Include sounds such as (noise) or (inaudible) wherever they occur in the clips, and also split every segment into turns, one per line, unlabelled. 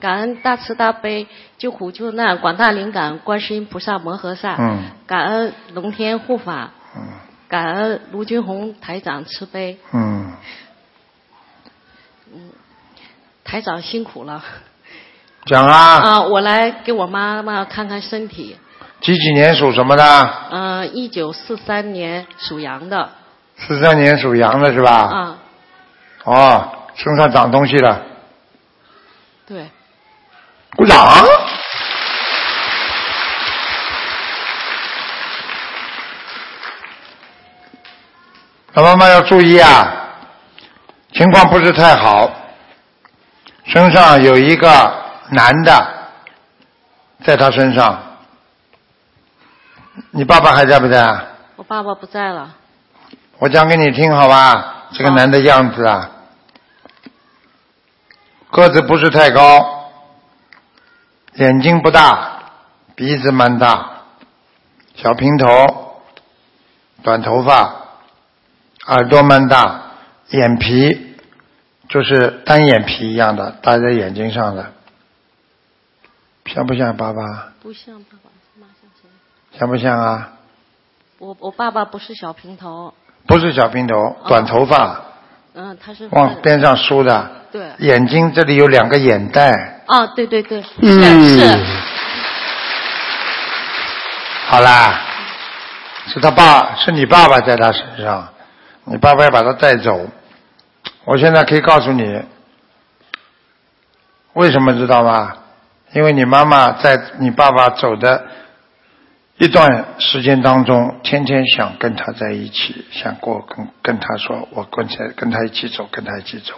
感恩大慈大悲救苦救难广大灵感观世音菩萨摩诃萨，
嗯
感恩龙天护法，
嗯
感恩卢军红台长慈悲，
嗯，
台长辛苦了。
讲啊，
啊，我来给我妈妈看看身体。
几几年属什么的？
嗯、呃，一九四三年属羊的。
四三年属羊的是吧？
啊，
哦，身上长东西了，
对，
鼓掌。老妈妈要注意啊，情况不是太好，身上有一个男的，在他身上，你爸爸还在不在啊？
我爸爸不在了。
我讲给你听好吧，这个
好
男的样子啊，个子不是太高，眼睛不大，鼻子蛮大，小平头，短头发，耳朵蛮大，眼皮就是单眼皮一样的搭在眼睛上的，像不像爸爸？
不像爸爸，妈像谁？
像不像啊？
我我爸爸不是小平头，
不是小平头，短头发，
嗯、他是
往边上梳的。
对， (laughs)
眼睛这里有两个眼袋。
啊，对对对，是、
嗯
是，。
好啦，是他爸，是你爸爸在他身上，你爸爸要把他带走。我现在可以告诉你，为什么知道吗？因为你妈妈在你爸爸走的一段时间当中，天天想跟他在一起，想过跟跟他说，我跟他跟他一起走，跟他一起走。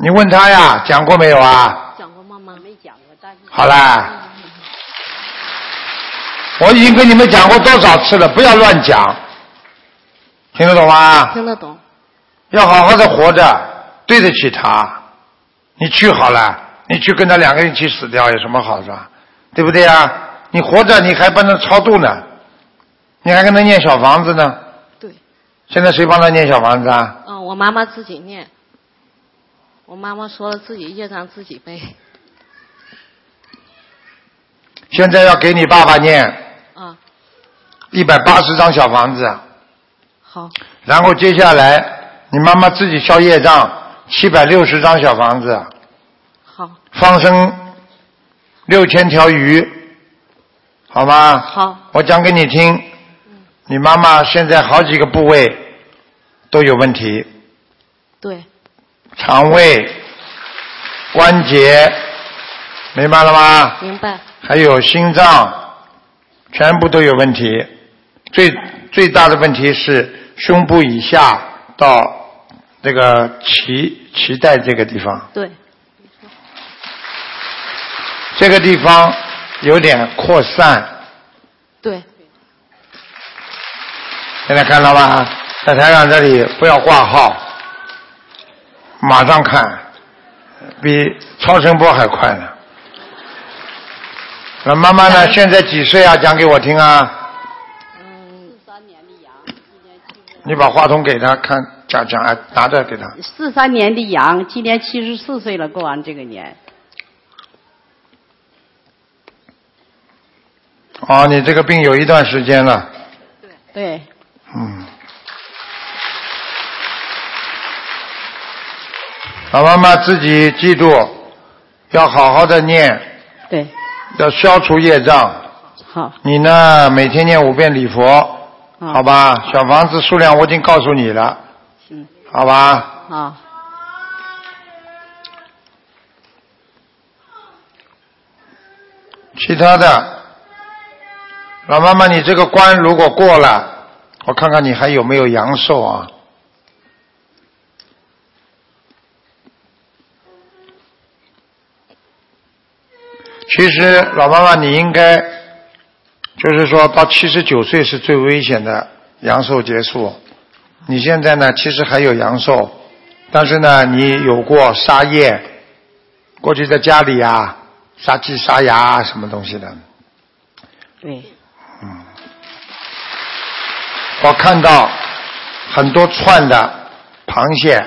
你问他呀，讲过没有啊？
讲过妈妈没讲过，但是
好啦，我已经跟你们讲过多少次了，不要乱讲，听得懂吗？
听得懂。
要好好的活着，对得起他。你去好了，你去跟他两个人一起死掉有什么好处啊？对不对啊？你活着，你还帮他超度呢，你还跟他念小房子呢。
对，
现在谁帮他念小房子啊？
嗯、我妈妈自己念。我妈妈说自己业障自己背。
现在要给你爸爸念
啊，
一百八十张小房子。啊
好，
然后接下来你妈妈自己消业障，七百六十张小房子，
好，
放生六千条鱼，好吗？
好，
我讲给你听，你妈妈现在好几个部位都有问题，
对，
肠胃、关节，明白了吗？
明白，
还有心脏，全部都有问题。最最大的问题是胸部以下到这个脐脐带这个地方，
对，
这个地方有点扩散，
对，
现在看到吧？在台上这里不要挂号，马上看，比超声波还快呢。那妈妈呢？现在几岁啊？讲给我听啊！
嗯，
你把话筒给他看，讲讲，哎，拿着给他。
四三年的羊，今年七十四岁了，过完这个年。
哦，你这个病有一段时间了，
对，
嗯。老妈妈自己记住，要好好的念，
对，
要消除业障。
好，
你呢，每天念五遍礼佛，
嗯
好，吧？小房子数量我已经告诉你了，
嗯，
好吧？
好，
其他的，老妈妈，你这个关如果过了，我看看你还有没有阳寿啊？其实老妈妈，你应该就是说到七十九岁是最危险的阳寿结束。你现在呢，其实还有阳寿，但是呢，你有过杀业，过去在家里啊，杀鸡杀鸭啊什么东西的。
对，
我看到很多串的螃蟹，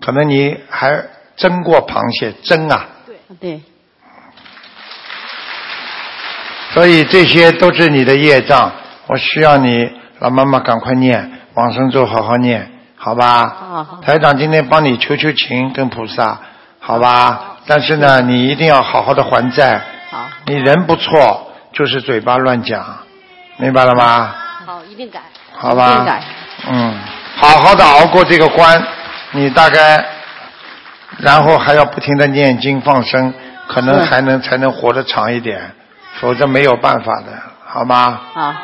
可能你还蒸过螃蟹，蒸啊，
对，
所以这些都是你的业障。我需要你老妈妈赶快念往生咒，好好念，好吧？
好好
台长今天帮你求求情，跟菩萨，好吧？但是呢，你一定要好好的还债。
好，
你人不错，就是嘴巴乱讲，明白了吗？
好，一定改。
好
一定
吧
改？
嗯，好好的熬过这个关，你大概，然后还要不停的念经放生，可能
是
还能才能活得长一点，否则没有办法的，好吗？
好，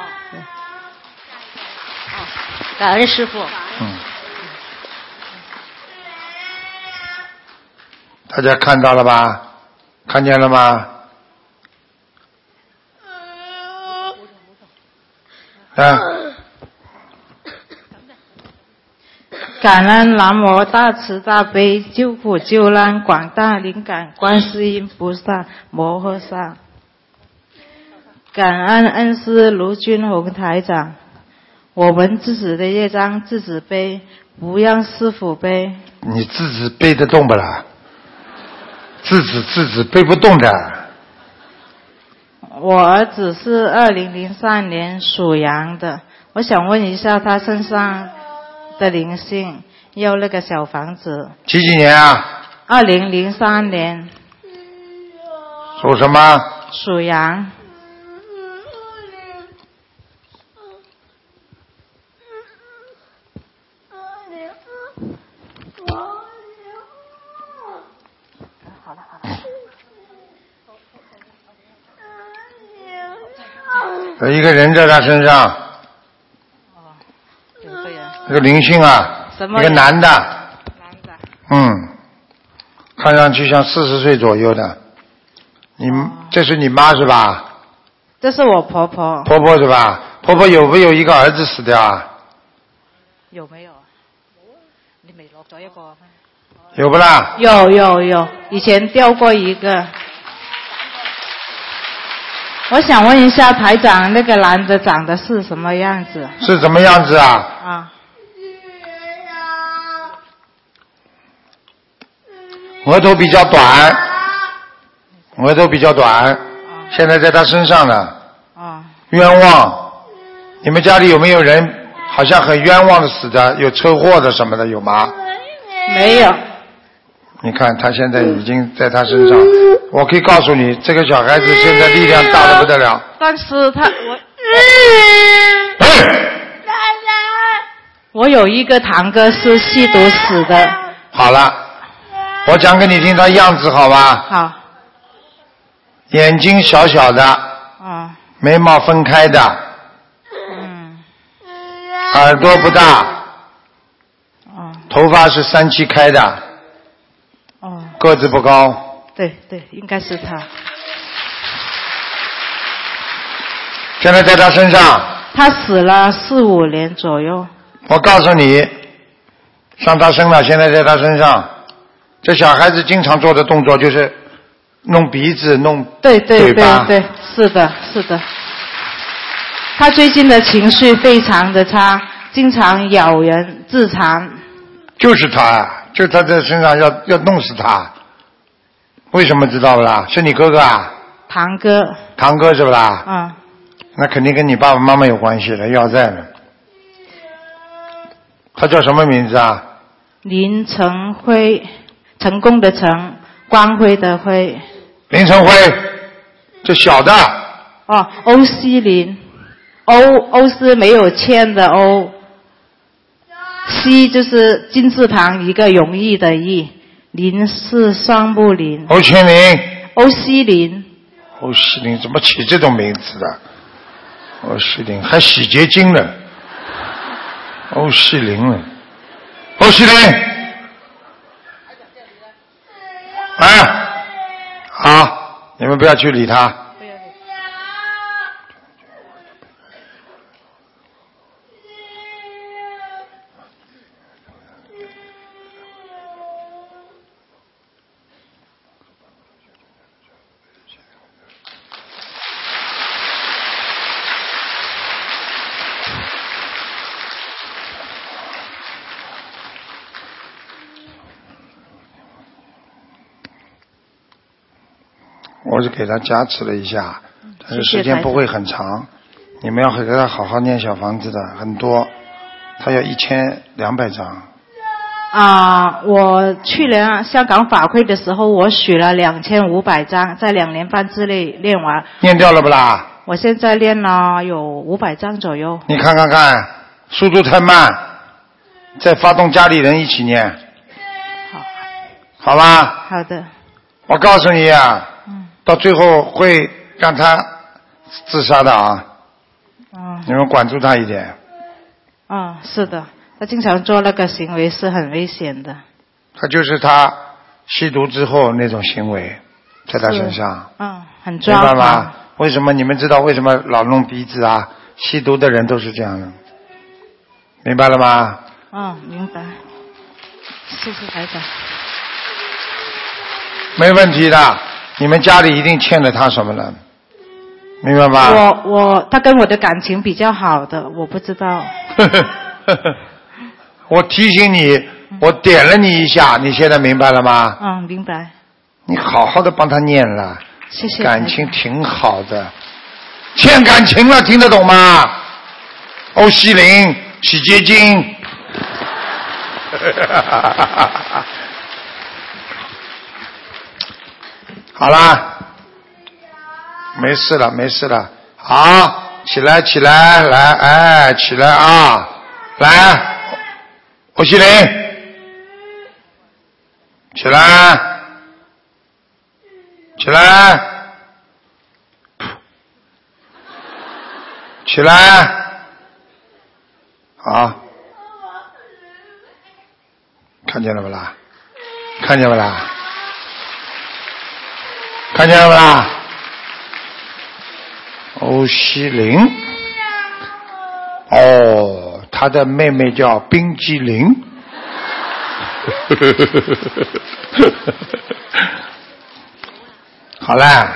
感恩师傅。
嗯。大家看到了吧？看见了吗？啊，
感恩南无大慈大悲救苦救难广大灵感观世音菩萨摩诃萨，感恩恩师卢军红台长，我们自己的业障自己背，不让师傅背。
你自己背得动不啦？自己自己背不动的。
我儿子是二零零三年属羊的，我想问一下他身上的灵性，要那个小房子。
几几年啊？
二零零三年
属什么？
属羊，
有一个人在他身上，
哦
一个灵性啊，
什么
一个
人
男的，嗯，看上去像四十岁左右的。你这是你妈是吧？
这是我婆婆，
婆婆是吧？婆婆有没有一个儿子死掉啊？
有没有啊？你没落咗一个咩？
有不啦？
有有有，以前掉过一个。我想问一下台长，那个男的长得是什么样子
是什么样子啊？
啊？
额头比较短，额头比较短，
啊
现在在他身上呢。
哦，
冤枉。你们家里有没有人好像很冤枉的死的，有车祸的什么的有吗？
没有，
你看他现在已经在他身上，我可以告诉你，这个小孩子现在力量大的不得了。
但是他我
嗯
我有一个堂哥是吸毒死的，
好了，我讲给你听他样子好吧？
好，
眼睛小小的，
哦，
眉毛分开的，
嗯，
耳朵不大，
哦
头发是三七开的，
哦，
个子不高，
对对，应该是他，
现在在他身上，
他死了四五年左右，
我告诉你，上他身了，现在在他身上。这小孩子经常做的动作就是弄鼻子、弄
对对
嘴巴
对对，是的，是的。他最近的情绪非常的差，经常咬人、自残。
就是他，就他在身上要要弄死他。为什么知道不啦？是你哥哥啊，
堂哥，
堂哥是不啦？
啊、
那肯定跟你爸爸妈妈有关系了，要债了。他叫什么名字啊？
林成辉，成功的成，光辉的辉。
林成辉，这小的，
哦，欧西林，欧欧是没有欠的欧，西就是金字旁一个容易的易，林是双木林，
侯庆林，
欧西林。
侯西林哦怎么起这种名字的？侯西林还洗洁精呢，哦侯西林呢？侯西林，哎，好，你们不要去理他。我就给他加持了一下，但是
谢谢
时间
台
不会很长。你们要给他好好念小房子的，很多，他要一千两百张。
啊，我去年啊香港法会的时候，我许了两千五百张，在两年半之内练完。
念掉了不啦？
我现在练了有五百张左右。
你看看看，速度太慢，再发动家里人一起念，好吧？
好的，
我告诉你啊，到最后会让他自杀的啊！
嗯
你们管住他一点，
嗯，是的，他经常做那个行为是很危险的。
他就是他吸毒之后那种行为，在他身上。
嗯，很
明
抓
白
狂。
吗？为什么你们知道为什么老弄鼻子啊？吸毒的人都是这样的，明白了吗？
嗯，明白。谢谢台长。
没问题的，你们家里一定欠了他什么了，明白吧？
我我他跟我的感情比较好的，我不知道。
(laughs) 我提醒你，我点了你一下，你现在明白了吗？
嗯，明白。
你好好的帮他念了，
谢谢台
感
长。
情挺好的，欠感情了，听得懂吗？欧西林，洗洁精。 (laughs) 好啦，没事了，没事了。好，起来，起来，来，哎，起来啊，来，欧西林，起来，起来，起来，啊好，看见了不啦？看见不啦？看见了不啦？欧西林，哦，他的妹妹叫冰激凌。好啦，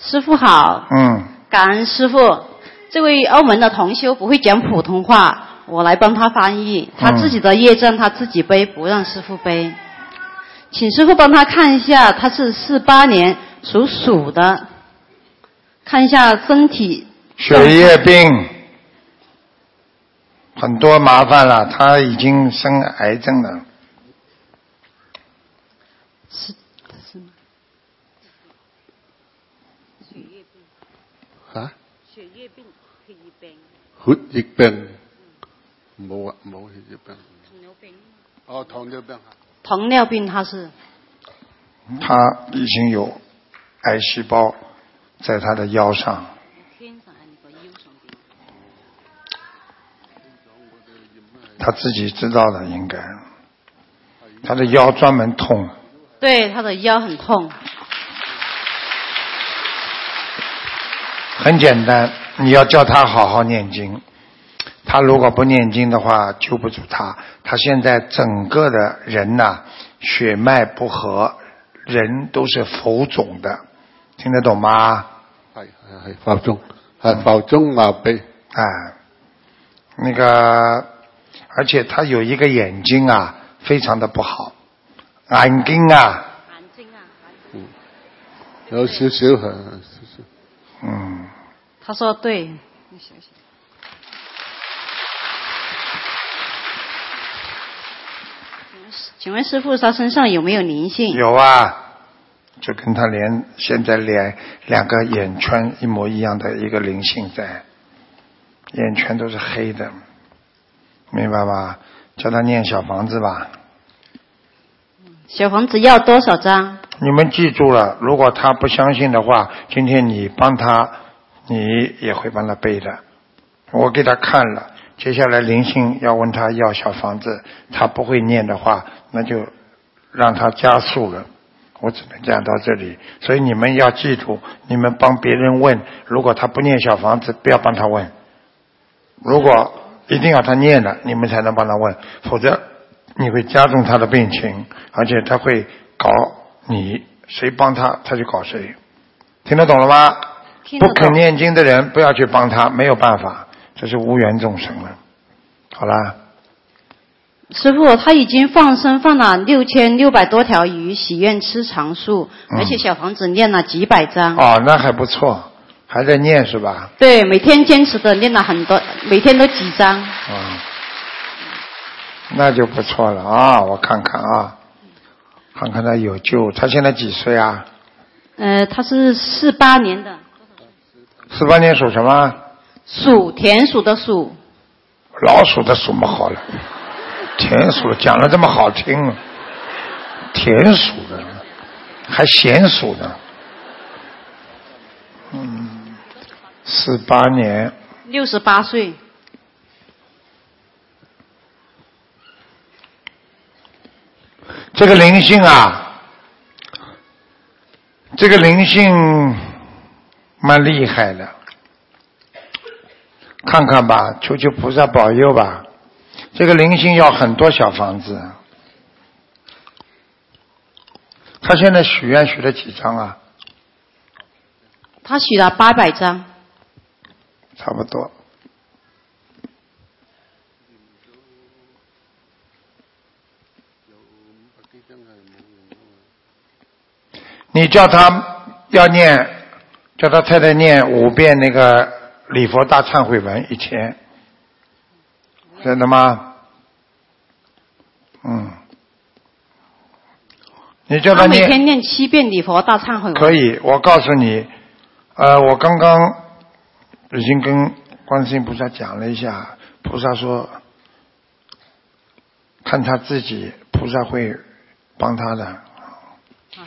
师傅好，
嗯，
感恩师傅。这位澳门的同修不会讲普通话，我来帮他翻译。他自己的业障他自己背，不让师傅背。请师傅帮他看一下，他是四八年属鼠的，看一下身体
血液病很多麻烦了，他已经生癌症了。
吓？血液病，血液病，冇啊，冇血液病。哦，糖尿病啊，
糖尿病，他是
他已经有癌细胞在他的腰上。他自己知道的，应该。他的腰专门痛，
对他的腰很痛。
很简单，你要叫他好好念经。他如果不念经的话，救不住他。他现在整个的人呐、血脉不和，人都是浮肿的，听得懂吗？
系系系浮肿，系浮肿麻痹，
啊，那个，而且他有一个眼睛啊，非常的不好，眼睛啊，
有少少系少少。
嗯，
他说对，请问师傅，他身上有没有灵性？
有啊，就跟他连现在连两个眼圈一模一样的一个灵性在，眼圈都是黑的，明白吧？叫他念小房子吧。
小房子要多少张？
你们记住了，如果他不相信的话，今天你帮他，你也会帮他背的。我给他看了，接下来灵性要问他要小房子，他不会念的话，那就让他加速了。我只能讲到这里，所以你们要记住，你们帮别人问，如果他不念小房子，不要帮他问。如果一定要他念了，你们才能帮他问，否则你会加重他的病情，而且他会搞你，谁帮他他就搞谁，听得懂了吗？
听得
不肯
懂。
念经的人不要去帮他，没有办法，这是无缘众生了。好啦，
师傅他已经放生放了六千六百多条鱼，许愿吃长寿，
嗯
而且小房子念了几百张。
哦，那还不错，还在念是吧？
对，每天坚持的练了很多，每天都几张。
嗯，那就不错了啊！我看看啊，看看他有救。他现在几岁啊？
呃，他是四八年的，
四八年属什么？
鼠田鼠的鼠，
老鼠的鼠嘛好了，田鼠讲的这么好听，田鼠的还咸鼠呢，嗯，四八年，
六十八岁，
这个灵性啊，这个灵性蛮厉害的，看看吧，求求菩萨保佑吧。这个灵性要很多小房子，他现在许愿许了几张啊？
他许了八百张。
差不多。你叫他要念，叫他太太念五遍那个礼佛大忏悔文一天，真的吗？嗯，你叫
他每
念。
天念七遍礼佛大忏悔文。
可以，我告诉你，呃，我刚刚已经跟观世音菩萨讲了一下，菩萨说，看他自己，菩萨会帮他的。
啊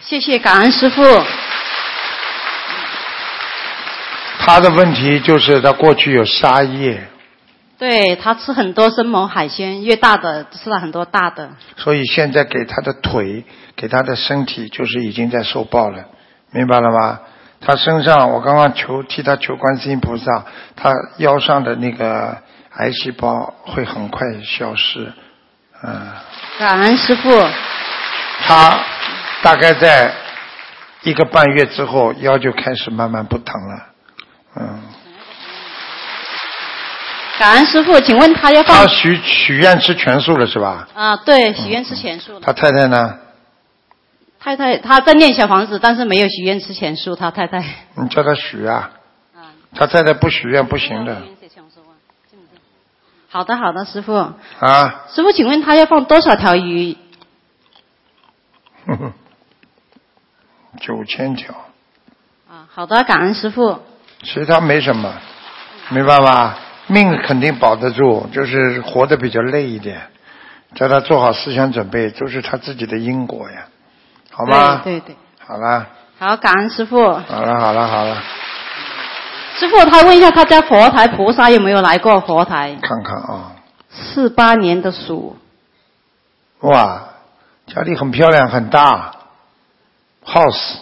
谢谢感恩师傅。
他的问题就是他过去有杀业，
对他吃很多生猛海鲜，越大的吃了很多大的。
所以现在给他的腿，给他的身体，就是已经在受报了，明白了吗？他身上，我刚刚求替他求观世音菩萨，他腰上的那个癌细胞会很快消失，嗯、
感恩师傅，
他大概在一个半月之后，腰就开始慢慢不疼了，嗯，
感恩师傅，请问他要
他
放
许许愿吃全素了是吧？
啊？对，许愿吃钱数了。
他太太呢？
太太他在念小房子，但是没有许愿吃钱数。他太太。
你叫他许啊，
啊，
他太太不许愿 (laughs) 不行的
好的，好的，师傅。
啊。
师傅，请问他要放多少条鱼？
(laughs) 九千条，
啊，好的，感恩师傅。
其实他没什么，明白吧？命肯定保得住，就是活得比较累一点，叫他做好思想准备，都是他自己的因果呀，好吗？
对对对。
好啦，
好，感恩师傅。
好啦，好啦，好啦，
师傅，他问一下他家佛台菩萨有没有来过佛台？
看看啊、
四八年的鼠，
哇，家里很漂亮，很大，house，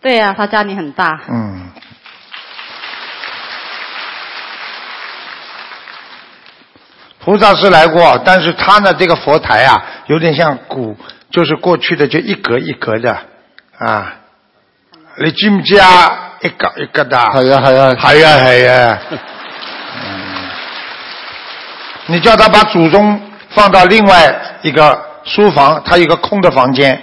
对呀、他家里很大。
嗯。菩萨是来过，但是他呢，这个佛台啊，有点像古，就是过去的，就一格一格的啊。你记不记啊？一格一格的。
係啊係啊
系啊系啊。嗯你叫他把祖宗放到另外一个书房，他有一个空的房间，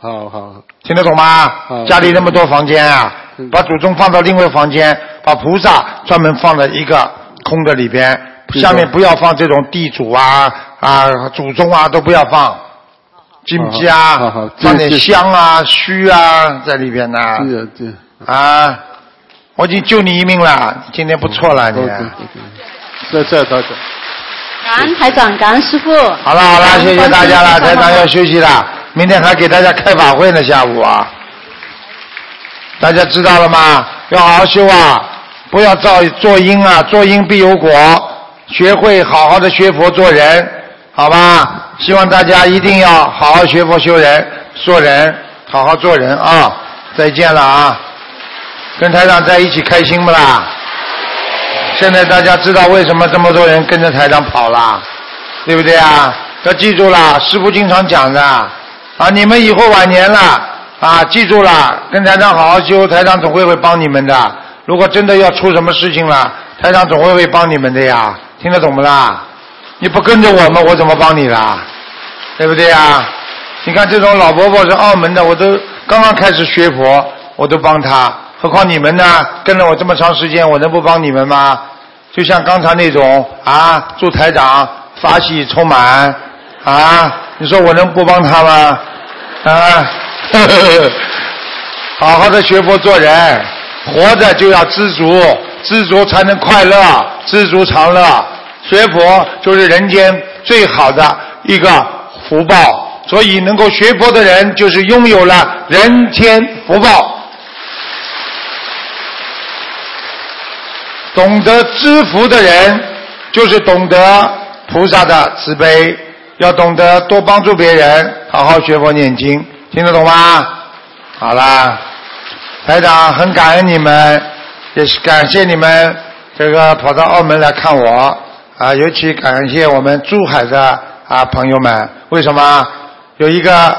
好好，
听得懂吗？
嗯
家里那么多房间啊
嗯，
把祖宗放到另外房间，把菩萨专门放在一个空的里边，
地主
下面不要放这种地主啊啊祖宗啊都不要放，金鸡
好好
啊
好，
放点
这这
香啊虚啊在里边呢
对呀对，
啊，我已经救你一命了，今天不错了
多
你。啊
谢，谢谢大家。
感恩台长，感恩师傅。
好了好了，谢谢大家了，台长要休息了，明天还给大家开法会呢，下午啊。大家知道了吗？要好好修啊，不要造做因啊，做因必有果。学会好好的学佛做人，好吧？希望大家一定要好好学佛修人，做人好好做人啊！再见了啊！跟台长在一起开心不啦？现在大家知道为什么这么多人跟着台长跑啦，对不对啊？要记住啦，师傅经常讲的啊，你们以后晚年了啊，记住啦，跟台长好好修，台长总会会帮你们的。如果真的要出什么事情了，台长总会会帮你们的呀，听得懂不啦？你不跟着我们，我怎么帮你啦？对不对啊？你看这种老伯伯是澳门的，我都刚刚开始学佛，我都帮他，何况你们呢？跟了我这么长时间，我能不帮你们吗？就像刚才那种啊，祝台长法喜充满啊，你说我能不帮他吗？啊， (laughs) 呵呵呵好好的学佛做人，活着就要知足，知足才能快乐，知足常乐。学佛就是人间最好的一个福报，所以能够学佛的人，就是拥有了人间福报。懂得知福的人，就是懂得菩萨的慈悲，要懂得多帮助别人，好好学佛念经，听得懂吗？好啦，台长很感恩你们，也是感谢你们这个跑到澳门来看我啊，尤其感谢我们珠海的啊朋友们。为什么？有一个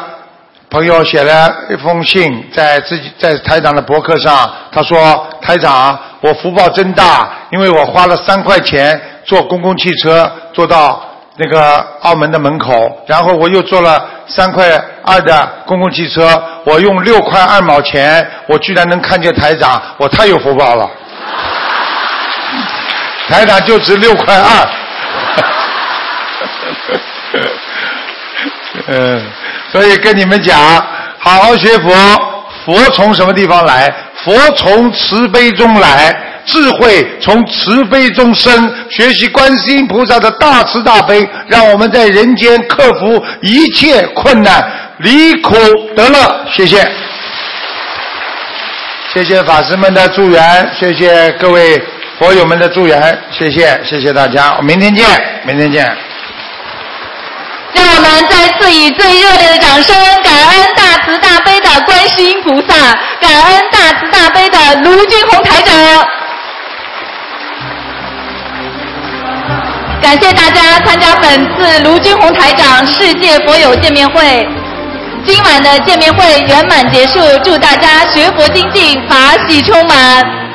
朋友写了一封信，在自己在台长的博客上，他说：“台长，我福报真大，因为我花了三块钱坐公共汽车坐到那个澳门的门口，然后我又坐了三块二的公共汽车，我用六块二毛钱，我居然能看见台长，我太有福报了。台长就值六块二。” (laughs) 嗯，所以跟你们讲，好好学佛，佛从什么地方来？佛从慈悲中来，智慧从慈悲中生。学习观世音菩萨的大慈大悲，让我们在人间克服一切困难，离苦得乐。谢谢，谢谢法师们的助缘，谢谢各位佛友们的助缘，谢谢，谢谢大家，我们明天见，明天见。
让我们再次以最热烈的掌声，感恩大慈大悲的观世音菩萨，感恩大慈大悲的卢军红台长。感谢大家参加本次卢军红台长世界佛友见面会。今晚的见面会圆满结束，祝大家学佛精进，法喜充满。